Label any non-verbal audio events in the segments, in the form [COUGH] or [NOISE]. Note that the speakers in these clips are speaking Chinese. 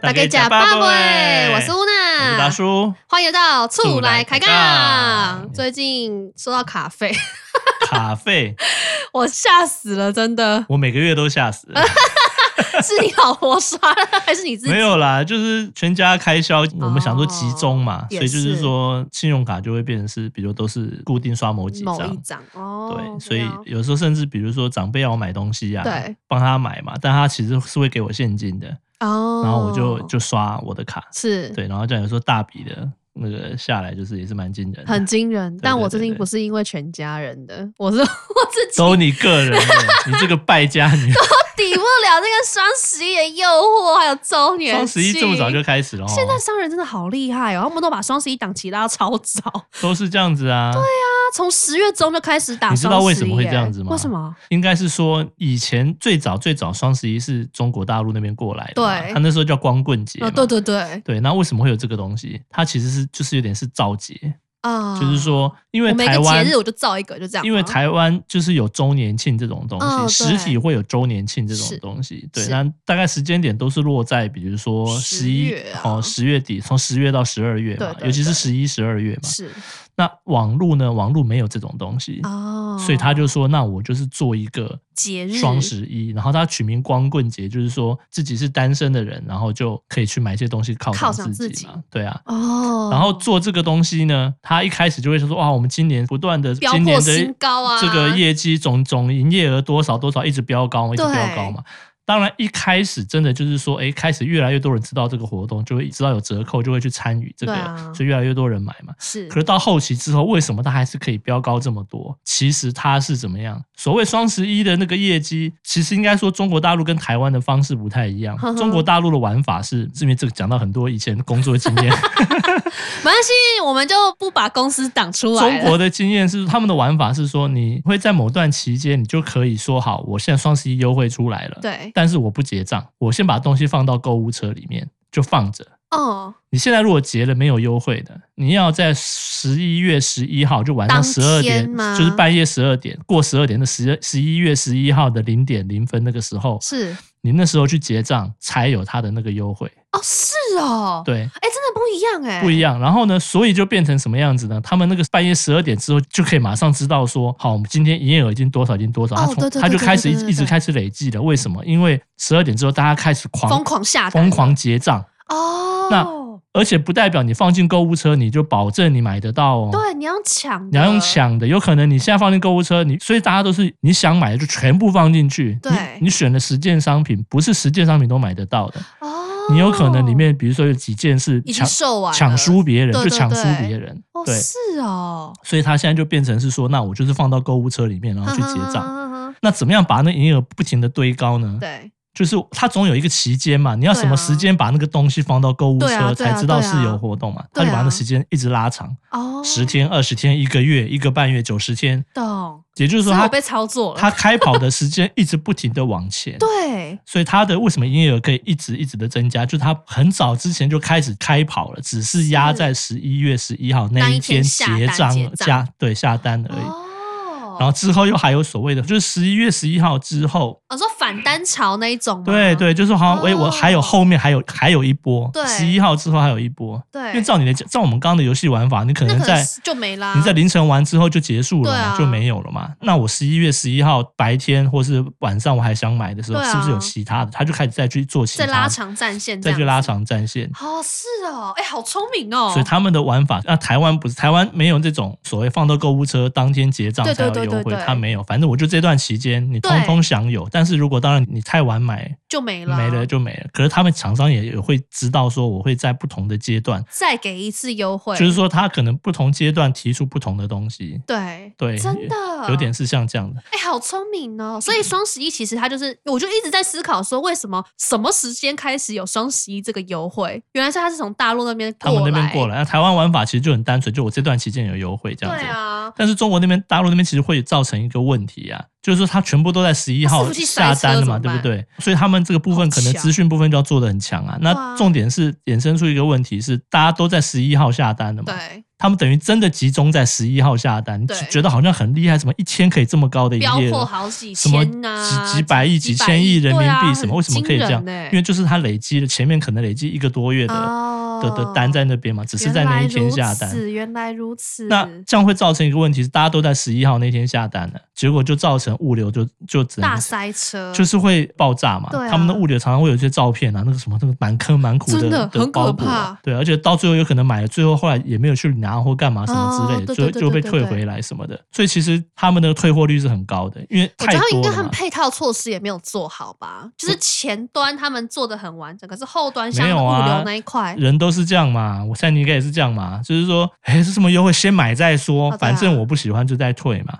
大家假八八位，我是乌我是达娜，叔，欢迎来到厝厝来来开开杠杠。最近收到卡费， [LAUGHS] 卡费，我吓死了，真的 [LAUGHS] 我每个月都吓 [LAUGHS] 死，是你老婆刷的还是你自己啊没？有啦，就是全家开销，我们想说集中嘛，也所以就是是说信用卡就会变成是，比如都是固定刷某几某一张。张哦，对，所以这样有时候甚至比如说长辈要我买东西啊，对，帮他买嘛，但他其实是会给我现金的，啊哦，然后我就就刷我的卡，是对，然后这样有时候大笔的那个下来，就是也是蛮惊人的，很惊人。对但我对最对近对不是因为全家人的，我是 [LAUGHS] 我自己都你个人的，你这个败家 [LAUGHS] 女，抵不了那个双十一的诱惑，还有周年双十一这么早庆就开始了哦，现在商人真的好厉害哦，他们都把双十一档期拉超早，他都是这样子啊。对啊，从十月中就开始打你双十一耶。知道为什么会这样子吗为什么？应该是说以前最早最早双十一是中国大陆那边过来的嘛，对他那时候叫光棍节嘛、哦，对对对，对那为什么会有这个东西？它其实是就是有点是造节，啊，就是说因我为每台个节湾日我就造一个，就这样吗。因为台湾就是有周年庆这种东西，哦实体对会有周年庆这种是东西。对，是那大概时间点都是落在比如说10十一、月啊哦十月底，从十月到十二月嘛，对对尤其是对十一、十二月嘛。是那网络呢？网络没有这种东西。哦，所以他就说，那我就是做一个节日双十一，然后他取名光棍节，就是说自己是单身的人，然后就可以去买一些东西犒赏犒赏自自己己嘛，对啊。哦，然后做这个东西呢，他一开始就会说哇，我们今年不断的飙今年破新的高啊，这个业绩总总营业额多少多少一直飙高，一直对飙高嘛。当然，一开始真的就是说，哎，开始越来越多人知道这个活动，就会知道有折扣，就会去参与这个，对啊所以越来越多人买嘛。是可是到后期之后，为什么它还是可以飙高这么多？其实它是怎么样？所谓双十一的那个业绩，其实应该说中国大陆跟台湾的方式不太一样呵。呵中国大陆的玩法是，是因为这个讲到很多以前工作经 [LAUGHS] 验，没关系，我们就不把公司挡出来中了。国的经验是他们的玩法是说，你会在某段期间，你就可以说好，我现在双十一优惠出来了，对但是我不结账，我先把东西放到购物车里面就放着。哦，你现在如果结了没有优惠的，你要在十一月十一号就晚上当十二点天，吗就是半夜十二点过十二点的十十一月十一号的零点零分那个时候，是你那时候去结账才有它的那个优惠，哦，是哦，对，哎，真的不一样哎，不一样。然后呢，所以就变成什么样子呢？他们那个半夜十二点之后就可以马上知道说，好，我们今天营业额已经多少，已经多少，哦他从对对他就对对开始对对一一直对开始累积了。为什么？因为十二点之后大家开始疯狂狂下单疯狂结账。哦，那而且不代表你放进购物车你就保证你买得到哦。对，你要抢，你要用，抢的，有可能你现在放进购物车，你所以大家都是你想买的就全部放进去。对你你选的十件商品，不是十件商品都买得到的。哦，你有可能里面，比如说有几件是已经抢售完了抢输别人，对就对抢输对别人。哦，对，是哦，所以他现在就变成是说，那我就是放到购物车里面，然后去结账。账，那怎么样把那营业额不停的堆高呢？对，就是它总有一个期间嘛，你要什么对啊时间把那个东西放到购物对啊车，对才啊知道对啊是有活动嘛。他对啊就把那时间一直拉长，哦，十天、二十天、一个月、一个半月、九十天，懂，也就是所说以他我被操作了，他开跑的时间一直不停的往前。对， [LAUGHS] 所以他的为什么营业额可以一直一直的增加，就是他很早之前就开始开跑了，只是压在十一月十一号那那一一天下结单账结账加对下单而已。哦，然后之后又还有所谓的，就是十一月十一号之后，我哦说反单潮那一种吗，对对，就是好像哦喂、我还有后面还有还有一波，对十一号之后还有一波，对，因为照你的照我们刚刚的游戏玩法，你可那能可能在是就没啦，你在凌晨玩之后就结束了嘛，啊对啊就没有了嘛。那我十一月十一号白天或是晚上我还想买的时候，对啊是不是有其他的？他就开始再去做其他再的，拉长战线，再去拉。长战线。哦，是哦，哎，好聪明哦！所以他们的玩法，那、台湾不是台湾没有这种所谓放到购物车当天结账对才对有对优对惠对，他没有。反正我就这段期间你对通通享有，但是如果当然你太晚买就没了，没了就没了。可是他们厂商也也会知道说我会在不同的阶段，再给一次优惠，就是说他可能不同阶段提出不同的东西，对对真的有点是像这样的。哎、好聪明哦！所以双十一其实它就是，我就一直在思考说，为什么什么时间开始有双十一这个优惠？原来是它是从大陆那边他过来，们那边过来，那啊台湾玩法其实就很单纯，就我这段期间有优惠这样子。嗯对啊，但是中国那边大陆那边其实会造成一个问题啊，就是说它全部都在十一那号伺服器下塞车单了嘛，怎对么不办对？所以他们这个部分好可能强资讯部分就要做的很强啊。对那啊重点是衍生出一个问题是，大家都在十一号下单了嘛，对，他们等于真的集中在十一号下单，就对觉得好像很厉害，什么一千可以这么高的营标业破额，好几什么千啊呐、几几百亿、几千亿人民对啊币，什么为什么可以这样？很惊人欸因为就是它累积了前面可能累积一个多月的哦的的单在那边嘛，只是在那一天下单。原来如此，原来那如此。这样会造成一个问题是，大家都在十一号那天下单了，结果就造成物流就就只能大塞车，就是会爆炸嘛。对啊他们的物流常常会有一些照片啊，那个什么那个满坑满谷真的的很包可裹啊怕对，而且到最后有可能买了，最后后来也没有去拿或干嘛什么之类的，哦对对就对就被对对退回来什么的。所以其实他们的退货率是很高的，因为我太觉得他们应多该了他嘛们。配套措施也没有做好吧，就是前端他们做的很完整，可是后端像没有物啊流那一块，人都是这样嘛，我猜你应该也是这样嘛，就是说，哎，是什么优惠先买再说，哦对啊反正我不喜欢就再退嘛。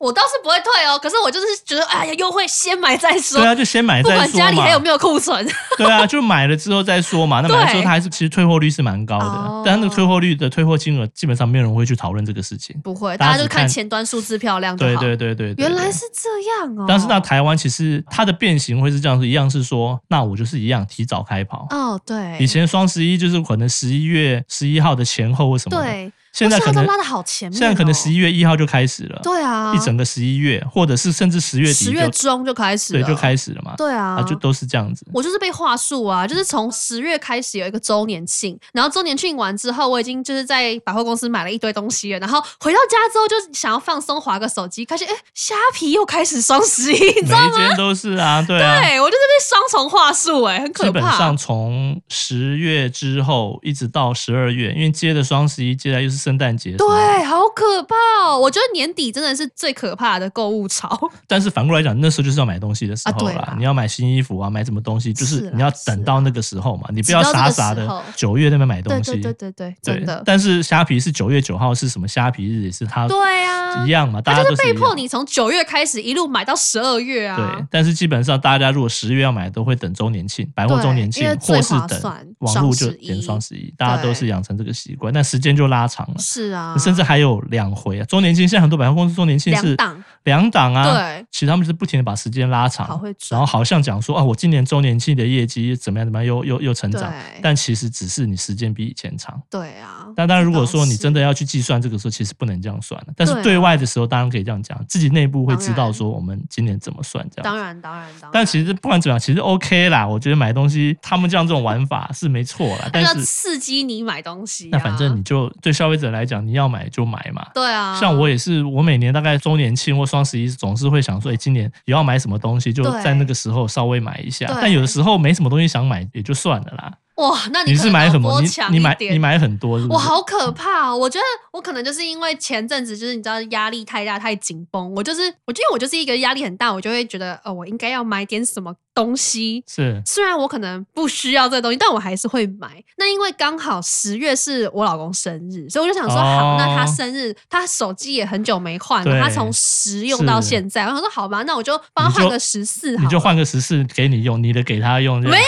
我倒是不会退哦，可是我就是觉得，哎呀，优惠先买再说，对啊，就先买不再管说家里嘛还。有没有库存， [LAUGHS] 对 [LAUGHS] 啊，就买了之后再说嘛。那买了之后，对它还是其实退货率是蛮高哦的，但它那个退货率的退货金额基本上没有人会去讨论这个事情。不会，大家大家就只看看前端数字漂亮就对好。对对对对，原来对是这样哦。但是那台湾其实它的变形会是这样，一样是说，那我就是一样提早开跑。哦，对，以前双十一就是可能十一月十一号的前后或什么的，对，现在哇可都能拉的好前面、哦，现在可能十一月一号就开始了，对啊，一整个十一月，或者是甚至十月底十就月中就开始对了，就开始了嘛，对啊，啊就都是这样子。我就是被话术啊，就是从十月开始有一个周年庆，然后周年庆完之后，我已经就是在百货公司买了一堆东西了，然后回到家之后就想要放松，划个手机，开始哎，虾皮又开始双十一，你知每道一吗？间都是啊，对啊，对我就是被双重话术哎、很基可本怕上。从十月之后一直到十二月，因为接着双十一，接下来又是圣诞节，什么的对，好可怕哦！我觉得年底真的是最可怕的购物潮。但是反过来讲，那时候就是要买东西的时啊候对啦。啦你要买新衣服啊，买什么东西，就是是啦你要是等到那个时候嘛，你不直要到这傻个傻时的候九月那边买对东西。对对对对，对真的。但是虾皮是九月九号是什么虾皮日，也是它对啊一，样嘛，大他家就都是是被一迫样。你从九月开始一路买到十二月啊对，。但是基本上大家如果十月要买，都会等周年庆、百货周年庆对因为，最或是划等算网络就双十一点双十一，大家都对是养成这个习惯，但时间就拉长了。是啊， [LAUGHS] 甚至还有两回啊，周年庆现在很多百货公司周年庆两是档，两档啊，对，其实他们是不停的把时间拉长，好会然赚后。好像讲说啊，我今年周年庆的业绩怎么样怎么样，又又又成长，对啊但其实只是你时间比以前长。对啊，但当然，如果说你真的的要去计算这个时候，其实不能这样算的。但对是啊对外的时候，当然可以这样讲，自己内部会当知道然说我们今年怎么算这样当子。然当然当然，但其实不管怎么样，其实 OK 啦。我觉得买东西他们这样这种玩法是没错啦，那但要是刺激你买东西、啊，那反正你就对消费者来讲，你要买就买嘛。对啊，像我也是，我每年大概周年庆或双十一，总是会想说，哎、今年也要买什么东西，就对在那个时候稍微买一下对。但有的时候没什么东西想买，也就算了啦。哇，那你可是能买脑什么？波你强你一买点你。买很多是不是？我好可怕、哦！我觉得我可能就是因为前阵子就是你知道压力太大太紧绷，我就是我因为我就是一个压力很大，我就会觉得呃我应该要买点什么东西，是虽然我可能不需要这个东西，但我还是会买。那因为刚好十月是我老公生日，所以我就想说，哦好，那他生日，他手机也很久没换了，对他从十用到现在。我想说，好吧，那我就帮他换你就个十四，你就换个十四给你用，你的给他用。没有，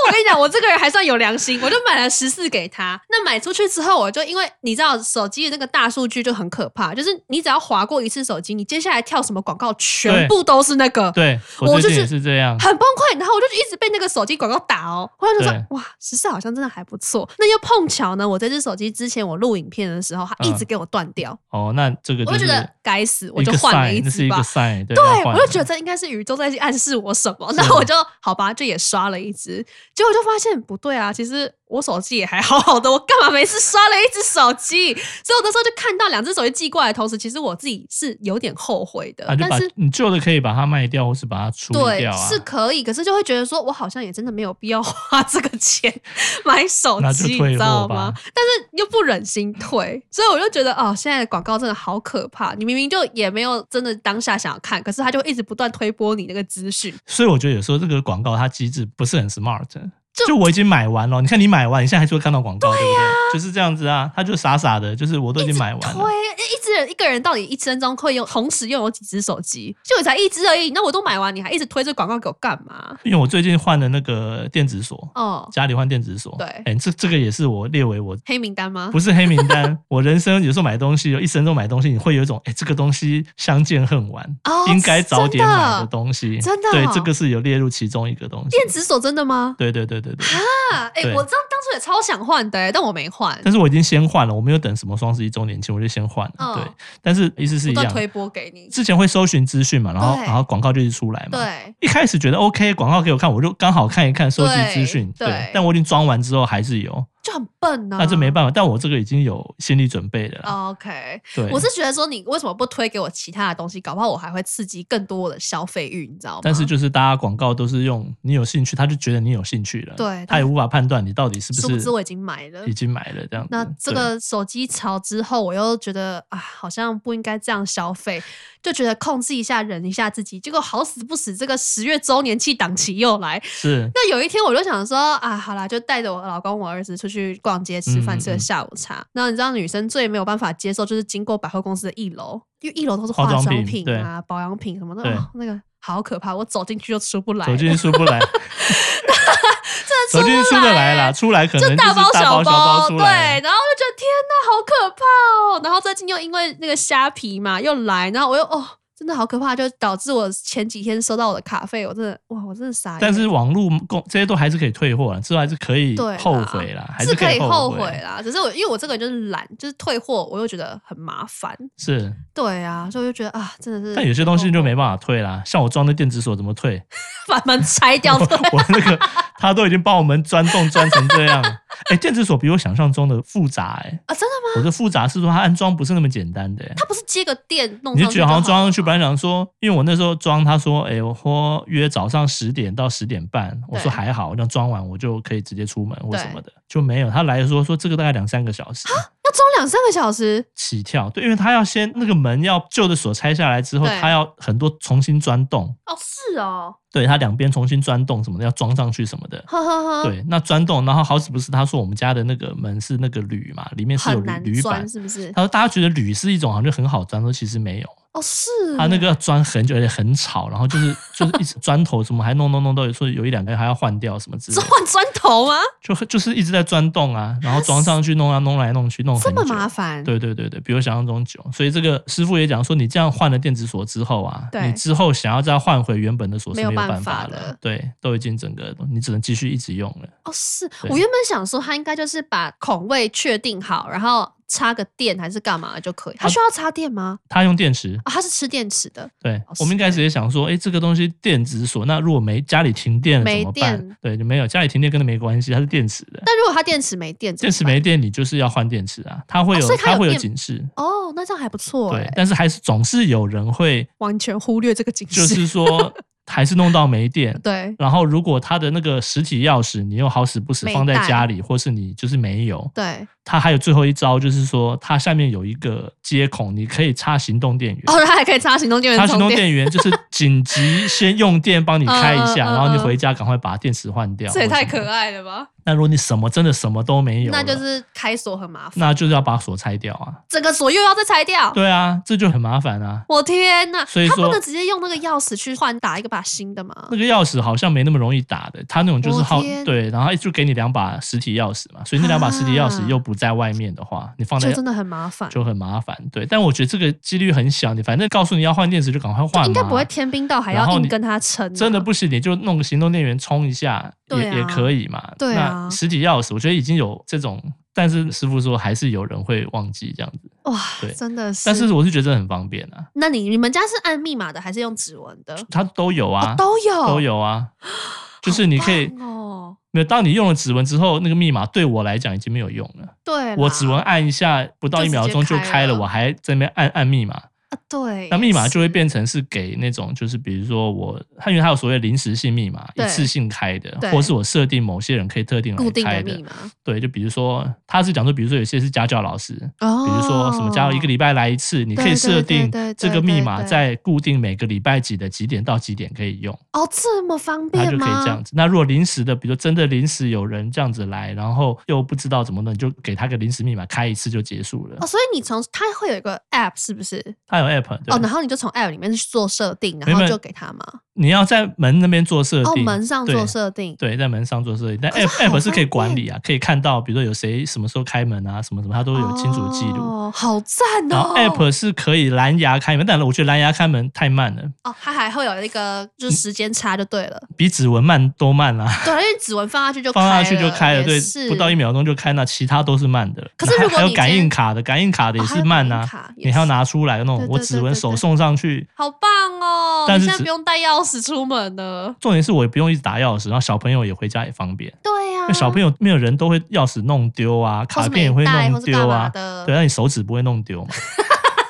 [LAUGHS] 我跟你讲，我这个人还算有良心，我就买了十四给他。那买出去之后，我就因为你知道手机的那个大数据就很可怕，就是你只要划过一次手机，你接下来跳什么广告，全部都是那个。对我我最就近也是是这样。很崩溃，然后我就一直被那个手机广告打哦。后来就说对哇，十四好像真的还不错。那又碰巧呢，我这只手机之前我录影片的时候，它嗯一直给我断掉，哦，那这个我就就是觉一得该死，我就个换了 sign，那是只一个吧。 sign，对，对，我就觉得得这应该是宇宙在暗示我什么，那我就好吧，就也刷了一只，结果就发现不对啊，其实我手机也还好好的，我干嘛每次刷了一只手机？所以我那时候就看到两只手机寄过来的同时，其实我自己是有点后悔的，啊，就把但是你旧的可以把它卖掉，或是把它处理对掉，啊，是可以，可是就会觉得说，我好像也真的没有必要花这个钱 [LAUGHS] 买手那就机，退你知道货吧吗？。但是又不忍心退，所以我就觉得，哦，现在的广告真的好可怕。你明明就也没有真的当下想要看，可是他就一直不断推播你那个资讯。所以我觉得有时候这个广告它机制不是很 smart。就我已经买完了，你看你买完，你现在还是会看到广告，对,、不对？就是这样子啊，他就傻傻的，就是我都已经买 [LAUGHS] 完推了。一只人一个人到底一生中会用同时拥有几只手机？就你才一只而已，那我都买完，你还一直推这广告给我干嘛？因为我最近换了那个电子锁，哦，家里换电子锁。对哎、这这个也是我列为我黑名单吗？不是黑名 [LAUGHS] 单。我人生有时候买东西，有一生中买东西，你会有一种哎、这个东西相见恨晚，哦应该早点买的真的东西。真的哦对，这个是有列入其中一个东西。电子锁真的吗？对对对对对，啊，哎、对嗯我这样当初也超想换的、但我没换，但是我已经先换了，我没有等什么双十一周年庆，我就先换了。嗯对，但是意思是不一断样推的，播给你。之前会搜寻资讯嘛，然后对然后广告就一直出来嘛。对，一开始觉得 OK，广告给我看，我就刚好看一看，收集资讯。对哦对对，但我已经装完之后还是有，就很笨啊呢、那这没办法。但我这个已经有心理准备了啦。 OK，对，哦我是觉得说你为什么不推给我其他的东西？搞不好我还会刺激更多我的消费欲，你知道吗？但是就是大家广告都是用你有兴趣，他就觉得你有兴趣了，对他也无法判断你到底是殊不不知是我已经买了已经买了这样子。那这对个手机潮之后，我又觉得啊，好像不应该这样消费，就觉得控制一下，忍一下自己。结果好死不死，这个十月周年庆档期又来。是那有一天，我就想说啊，好啦，就带着我老公、我儿子出去逛街吃饭，嗯吃个嗯下午茶。那你知道，女生最没有办法接受就是经过百货公司的一楼，因为一楼都是化化妆妆品品啊、保养品什么的，对哦那个好可怕，我走进去就出不来了，走进去出不 [LAUGHS] 来，真走进去的出出不得来来啦，出来可能就就是大大包小包小包出对，来。然后就觉得天哪，好可怕哦！然后最近又因为那个虾皮嘛又来，然后我又哦，真的好可怕，就导致我前几天收到我的卡费，我真的哇，我真的傻眼。但是网络公这些都还是可以退货了，之后还是可以对啦后悔啦，还是可以以后悔悔啦，只是我因为我这个人就是懒，就是退货我又觉得很麻烦，是，对啊，所以我就觉得啊，真的是。但有些东西就没办法退啦，像我装的电子锁怎么 [LAUGHS] 退？把门拆掉， [LAUGHS] 啊我 [LAUGHS] 我那个他都已经帮我们钻洞钻成这 [LAUGHS] 样了，哎，电子锁比我想象中的复杂哎，啊，真的 [LAUGHS] 吗？我的复杂是说它安装不是那么简单的欸。它不是接个电弄你上就去觉得好像装上去，吧？本来想说，因为我那时候装，他说，哎、我说约早上十点到十点半，我说还好，那装完我就可以直接出门或对什么的，就没有。他来说说这个大概两三个小时要装两三个小时，起跳，对，因为他要先那个门要旧的锁拆下来之后，对他要很多重新钻洞，哦，是哦，对他两边重新钻洞什么的要装上去什么的。呵呵呵，，对，那钻洞，然后好死不是，他说我们家的那个门是那个铝嘛，里面是有很铝难铝板钻，。是不是？他说大家觉得铝是一种好像就很好钻，说其实没有。哦，是他那哦个要钻很久，而且很吵，然后就是就是一直砖头什么还弄弄弄，到有时候有一两个还要换掉什么之类是的，换砖 [LAUGHS] 头吗？就就是一直在钻洞啊，然后装上去弄啊弄来弄去弄这很久么。麻烦？对对对对，比我想象中久，所以这个师傅也讲说，你这样换了电子锁之后啊，对你之后想要再换回原本的锁是没没有有办办法法的了，对，都已经整个你只能继续一直用了，哦，是对我原本想说他应该就是把孔位确定好，然后插个电还是干嘛就可以。他需要插电吗？他用电池，啊，他是吃电池的，对哦，我们一开始也想说，哎，这个东西电子锁，那如果没家里停电了没怎么办电？对，就没有家里停电跟它没关系，它是电池 [LAUGHS] 的。但如果他电池没电，电池怎么没电，你就是要换电池啊，它会哦有、所以它它有会有电警示，办哦，那这样还不错哎、对，但是还是总是有人会，完全忽略这个警示。就是说还是弄到没 [LAUGHS] 电。对然后，如果它的那个实体钥匙你又好死不死没放在带家里，或是你就是没有，对，它还有最后一招，就是说它下面有一个接孔，你可以插行动电源。哦，他还可以插行动电源插充行动电，电源就是紧急先用电帮你开一下， [LAUGHS] 嗯嗯嗯然后你嗯回家赶快把电池换掉。这也或什太么可的。爱了吧？那如果你什么真的什么都没有了，那就是开锁很麻烦，那就是要把锁拆掉啊。整个锁又要再拆掉。对啊，这就很麻烦啊。我天呐，所以他不说能直接用那个钥匙去换打一个把新的吗那？个钥匙好像没那么容易打的，他那种就是我好天对，然后就给你两把实体钥匙嘛，所以那两把实体钥匙又不在外面的话，你放在啊就真的很麻烦，就很麻烦。对，但我觉得这个几率很小，你反正告诉你要换电池就赶快换嘛，应该不会天兵到还然要后硬你跟他撑啊、真的不行，你就弄个行动电源充一下对也、啊也可以嘛。对啊那实体钥匙我觉得已经有这种，但是师傅说还是有人会忘记这样子，哇，对真的是。但是我是觉得很方便啊，那你你们家是按密码的还是用指纹的？它都有啊，哦都有都有啊，就是你可以棒哦，没有，当你用了指纹之后，那个密码对我来讲已经没有用了。对啦，我指纹按一下不到就一直接秒钟就开开了了，我还在那边按按密码，啊，对，那密码就会也是变成是给那种就是比如说我，它因为它有所谓临时性密码，一对次性开的对，或是我设定某些人可以特定固来定开的的密。码。对，就比如说他是讲说，比如说有些是家教老师，哦，比如说什么家教一个礼拜来一次，你可对以对设对定对这对个对密码对在固定每个礼拜几的几点到几点可以用。哦，这么方他便就可以吗？这样子。那如果临时的，比如说真的临时有人这样子来，然后又不知道怎么弄，你就给他个临时密码，开一次就结束了哦，。所以你从它会有一个 app 是不是？哦他有 app，对哦，然后你就从 app 里面去做设定，没然有后没有就给他嘛。你要在门那边做设哦，定，门上做对设定，对，在门上做设计，但可哦是 App 好 App 是可以方管理啊，可以看到，比如说有谁什么时候开门啊，什么什么，它都有清楚记录。哦，好赞然哦后 App 是可以蓝牙开门，但我觉得蓝牙开门太慢了，哦，它还会有一个就是时间差就对 [LAUGHS] 了，比指纹慢多慢啦、对，因为指纹放下去就放下去就开开了，对也是，不到一秒钟就开，那其他都是慢的。可是还如果还有你感今天应卡的，感应卡的哦也还是有慢感应啊，卡也你还要是拿出来弄对，对我对指对纹对手对送上去。好棒哦！但你是现在只不用带钥匙出门了。重点是我也不用一直打钥匙，然后小朋友也回家也方便，对呀、因为啊小朋友没有人都会钥匙弄丢啊，或卡是片也没会带或弄是干丢嘛啊，的，对，那你手指不会弄丢嘛？ [LAUGHS]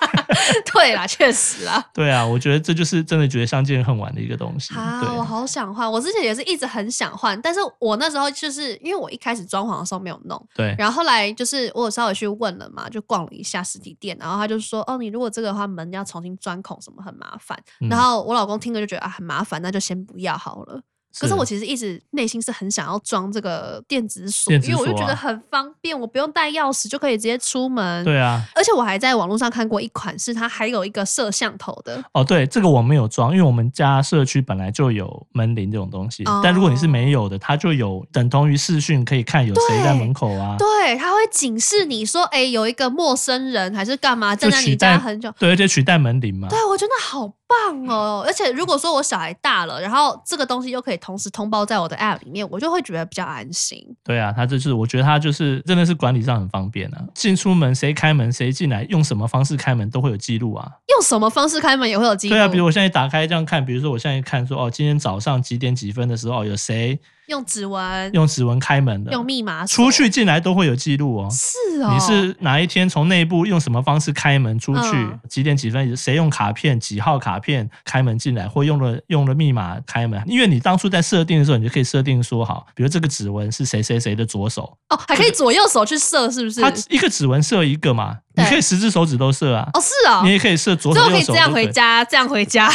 对啦，确实啦。对啊，我觉得这就是真的觉得相见恨晚的一个东西。啊，我嗯对，好想换！我之前也是一直很想换，但是我那时候就是因为我一开始装潢的时候没有弄，对，然后后来就是我有稍微去问了嘛，就逛了一下实体店，然后他就说：“哦，你如果这个的话，门要重新钻孔什么很麻烦。嗯然后我老公听了就觉得啊很麻烦，那就先不要好了。可是我其实一直内心是很想要装这个电子锁，电子因为我就锁觉得啊很方便，我不用带钥匙就可以直接出门。对啊，而且我还在网络上看过一款是它还有一个摄像头的，哦，对，这个我没有装，因为我们家社区本来就有门铃这种东西，哦但如果你是没有的，它就有等同于视讯可以看有谁在门口啊。对，它会警示你说，哎、有一个陌生人还是干嘛站在取你代家很久。对，而且取代门铃嘛，对，我觉得好棒哦！而且如果说我小孩大了，然后这个东西又可以同时通报在我的 App 里面，我就会觉得比较安心。对啊，它就是我觉得它就是真的是管理上很方便啊，进出门谁开门谁进来，用什么方式开门都会有记录啊。用什么方式开门也会有记录，对啊，比如我现在打开这样看，比如说我现在看说哦，今天早上几点几分的时候，哦有谁用指纹、用指纹开门的，用密码锁出去进来都会有记录哦。是哦，你是哪一天从内部用什么方式开门出去？嗯几点几分？谁用卡片？几号卡片开门进来？或用了用了密码开门？因为你当初在设定的时候，你就可以设定说好，比如这个指纹是谁谁谁的左手，哦，还可以左右手去射，是不是？它一个指纹设一个嘛，你对可以十只手指都设啊。哦，是哦你，也可以设左所以手我可右以手这都样可回以，家，这样 [LAUGHS] 回家。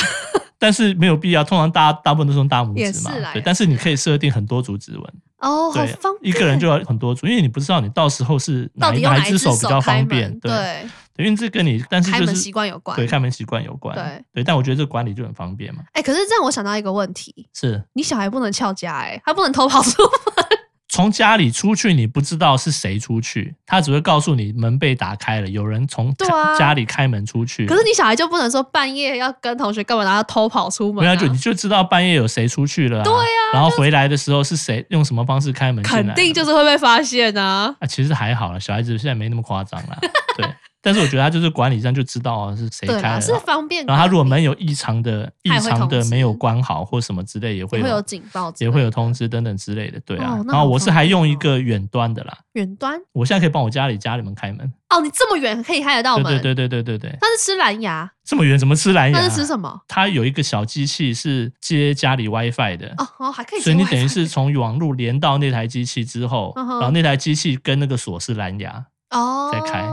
但是没有必要。通常大家大部分都是用大拇指嘛也是啦，对。也但是你可以设定很多组指纹，哦，好对方，一便。个人就要很多组，因为你不知道你到时候是哪到底一用哪哪一只手手比较开方门便，对。对，对，因为这跟你但是开就门是习惯有关。对开门习惯有关，对但我觉得这管理就很方便嘛。哎、可是这样我想到一个问题，是你小孩不能翘家、哎，他不能偷跑出门。从家里出去，你不知道是谁出去，他只会告诉你门被打开了，有人从对啊家家里开门出去。可是你小孩就不能说半夜要跟同学干嘛，然后偷跑出门、没啊。有就你就知道半夜有谁出去了、啊，对呀、然后回来的时候是谁用什么方式开门进来的肯定就是会被发现啊。啊，其实还好了，小孩子现在没那么夸张 [LAUGHS] 啦。对，但是我觉得他就是管理上就知道哦是谁对开啦，了，是方便管理。然后他如果门有异常的、异他也会常的通知没有关好或什么之类，也会也会有警报之类也的，会有通知等等之类的，对啊。哦那然后好我是方还便用一哦个远端的啦，远端我现在可以帮我家里家里们开门。哦，你这么远可以开得到对门？对对对对对对，他是吃蓝牙，这么远怎么吃蓝牙他啊？是吃什么？它有一个小机器是接家里 WiFi 的。哦哦，还可以吃所 WiFi。以你等于是从网路连到那台机器之后，嗯哼然后那台机器跟那个锁是蓝 [GASPS] 牙，哦再开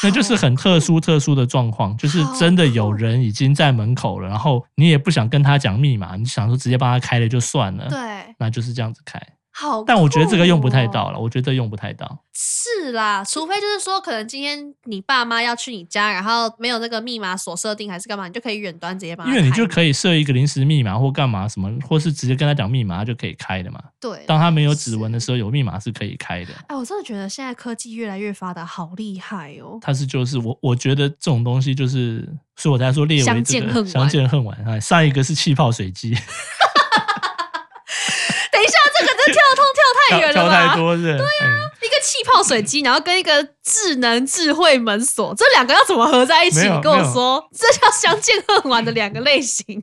那就是好很特殊特殊的状况，就是真的有人已经在门口了，然后你也不想跟他讲密码，你想说直接帮他开了就算了，对，那就是这样子开。好。但我觉得这个用不太到。到了，我觉得用不太到。是啦，除非就是说，可能今天你爸妈要去你家，然后没有那个密码锁设定还是干嘛，你就可以远端直接帮他因开门。为你就可以设一个临时密码或干嘛什么，或是直接跟他讲密码，他就可以开的嘛。对。当他没有指纹的时候，有密码是可以开的。哎，我真的觉得现在科技越来越发达，好厉害哦！它是就是我我觉得这种东西就是，所以我才说列为相这见个恨相晚见恨晚啊。上一个是气泡水机， [LAUGHS] 等一下，这个这跳通跳太 [LAUGHS] 远跳了太吧？多人。对啊，一个气泡水机，然后跟一个智能智慧门锁，这两个要怎么合在一起？没有你跟没我有说，这叫相见恨晚的两个类型。 [LAUGHS]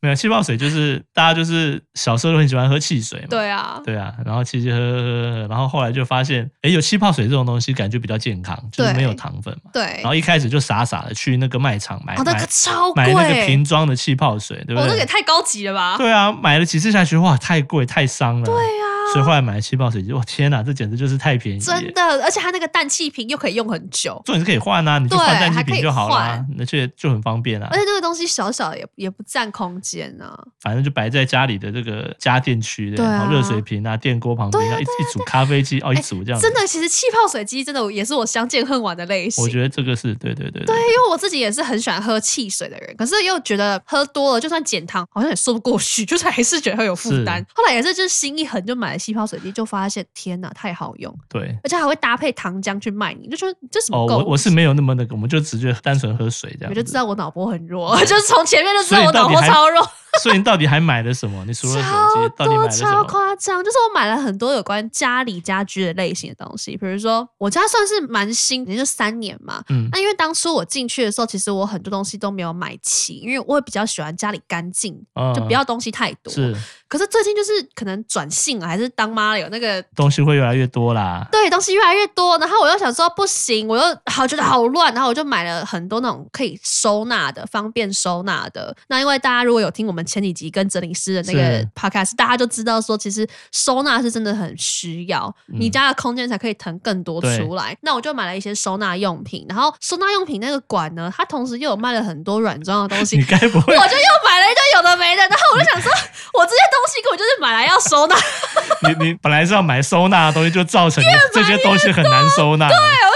没有气泡水就是大家就是小时候都很喜欢喝汽水嘛。对啊，对啊，然后其实喝喝喝喝，然后后来就发现，哎，有气泡水这种东西感觉比较健康，就是对没有糖分嘛。对然，后一开始就傻傻的去那个卖场买哦，那买个超买贵，那个瓶装的气泡水，对不哦，那个也对？太高级了吧？对啊，买了几次下去，哇，太贵太伤了。对啊，所以后来买了气泡水机，我天哪，这简直就是太便宜真了。的，而且它那个氮气瓶又可以用很久，重点是可以换啊，你就对换氮气还可瓶以就好啦换，而且就很方便啊而。且那个东西小小也也不占空间啊呢、反正就摆在家里的这个家电区的，对啊然后热水瓶啊、电锅旁边啊，一一组咖啡机哦，一组这样。哎真，的，其实气泡水机真的也是我相见恨晚的类型。我觉得这个是对对对对，因为我自己也是很喜欢喝汽水的人，可是又觉得喝多了，就算减糖，好像也说不过去， [LAUGHS] 就是还是觉得会有负担是。后来也是就是心一横，就买了气泡水机，就发现天哪，太好用，对。而且还会搭配糖浆去卖你，就觉得这什哦，么购物我我是没有那么那个，我们就直接单纯喝水这样。我就知，道我脑波很弱， [LAUGHS] 就是从前面就知所以道我到脑底波还超 [LAUGHS] 弱，所以你到底还买了什么？你除了手超机，到底买多了什超么？夸张。就是我买了很多有关家里家居的类型的东西，比如说我家算是蛮新，也就三年嘛。嗯，那因为当初我进去的时候，其实我很多东西都没有买齐，因为我会比较喜欢家里干净，嗯就不要东西太多。是可是最近就是可能转性了，还是当妈了，有那个东西会越来越多啦。对，东西越来越多，然后我又想说不行，我又好觉得好乱，然后我就买了很多那种可以收纳的、方便收纳的。那因为大家如果有听我们前几集跟整理师的那个是 podcast，大家就知道说，其实收纳是真的很需要，嗯你家的空间才可以腾更多对出来。那我就买了一些收纳用品，然后收纳用品那个馆呢，它同时又有卖了很多软装的东西 [LAUGHS] 你，该不会我就又买了一堆有的没的，然后我就想说，我这些东西根本就是买来要收纳你 [LAUGHS] 你本来是要买收纳的东西，就造成你这些东西很难收纳。对，哦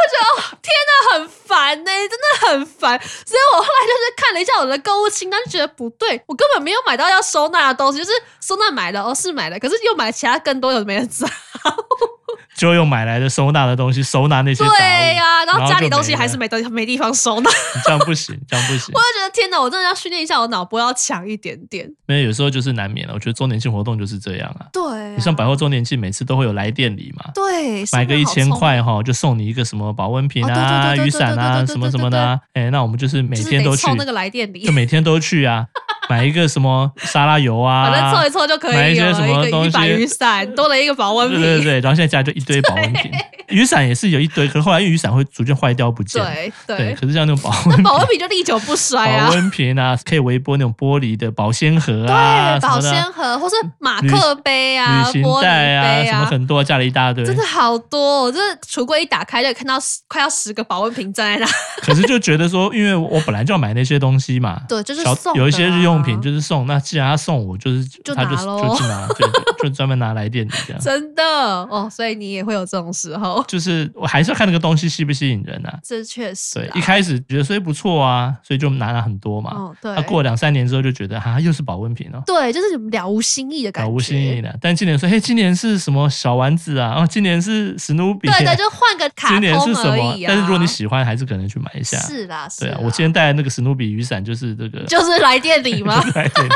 很烦呢、真的很烦。所以我后来就是看了一下我的购物清单，觉得不对，我根本没有买到要收纳的东西，就是收纳买了哦是买了，可是又买其他更多有的没的杂物。就用买来的收纳的东西收纳那些杂物。对呀、然后家里就东西没还是了没地没地方收纳， [LAUGHS] 我你 [LAUGHS] 这样不行，这样不行。就觉得天哪，我真的要训练一下我脑波要强一点点。没有，有时候就是难免了。我觉得周年庆活动就是这样啊。对啊、你像百货周年庆，每次都会有来店礼嘛，对，买个收纳一好千聪块哈，就送你一个什么保温瓶啊、哦对对对对对雨伞啊、对对对对什么什么的啊。哎，那我们就是每明，就是天得都去凑，那个来电礼就。每天都去啊，买一个什么沙拉油啊， [LAUGHS] 反正凑一凑就可以买一些有什么了一个东一把西雨伞，多了一个保温对瓶。对对，然后现在家就一堆保温瓶，雨伞也是有一堆，可是后来因为雨伞会逐渐坏掉不见，对对，对，可是像那种保温那瓶保温瓶就历久不衰啊保。温瓶啊，可以微波那种玻璃的保鲜盒啊，对，什么保的嗯鲜盒或是马克杯啊、旅行玻璃袋杯啊什么很多，家里一大堆，真的好多、哦，就是橱柜一打开就看到十快要十个保温瓶站在那。可是就觉得说，因为我本来就要买那些东西嘛，对，就是小送的啊有一些日用品就是送，那既然他送我，就是就他拿就咯就去拿，就就就专门拿来店里 [LAUGHS] 这样。真的哦，所以你也会有这种时候，就是我还是要看那个东西吸不吸引人啊。这确实、对啊。，一开始觉得所以不错啊，所以就拿了很多嘛。哦，对，那啊过两三年之后就觉得哈、又是保温瓶哦，对，就是了无新意的感了觉。无新意的。但今年说，嘿，今年是什么小丸子啊？哦，今年是史努比啊，对对，就换个卡今年是通什而么已、啊。？但是如果你喜欢，还是可能去买一下。是啦，是对啦啊，我今天带的那个史努比雨伞就是这个就是来店里吗？对对，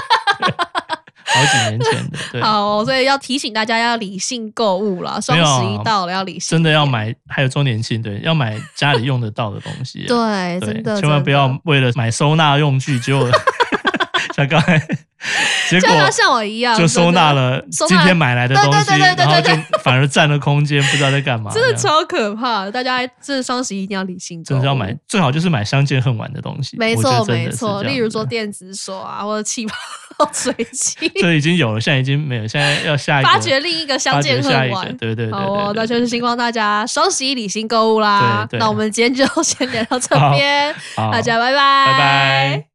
好几年前的， [LAUGHS] 对，好、哦所以要提醒大家要理性购物啦。双没有啊十一到了，要理性真一点。的要买，还有周年庆，对，要买家里用得到的东西，啊对，对真的千万不要真的为了买收纳用具，结果 [LAUGHS] 像刚才， [LAUGHS] 结就要果像我一样，就收纳真的。了收纳今天买来的对东西，对对对对然后对就 [LAUGHS] 反而占了空间，不知道在干嘛，真的这样超可怕！大家这双十一一定要理性购真物，的要买，最好就是买相见恨晚的东西，没我觉得错真的没是错。这样例如子说电子锁啊，或者气 [LAUGHS] 泡水机，这已经有了，现在已经没有，现在要下一个发掘另一个相发掘见下恨一个，晚。对对对对好哦，对那就是希望大家双十一理性购物啦对。对那我们今天就先聊到这边，好大家拜拜拜。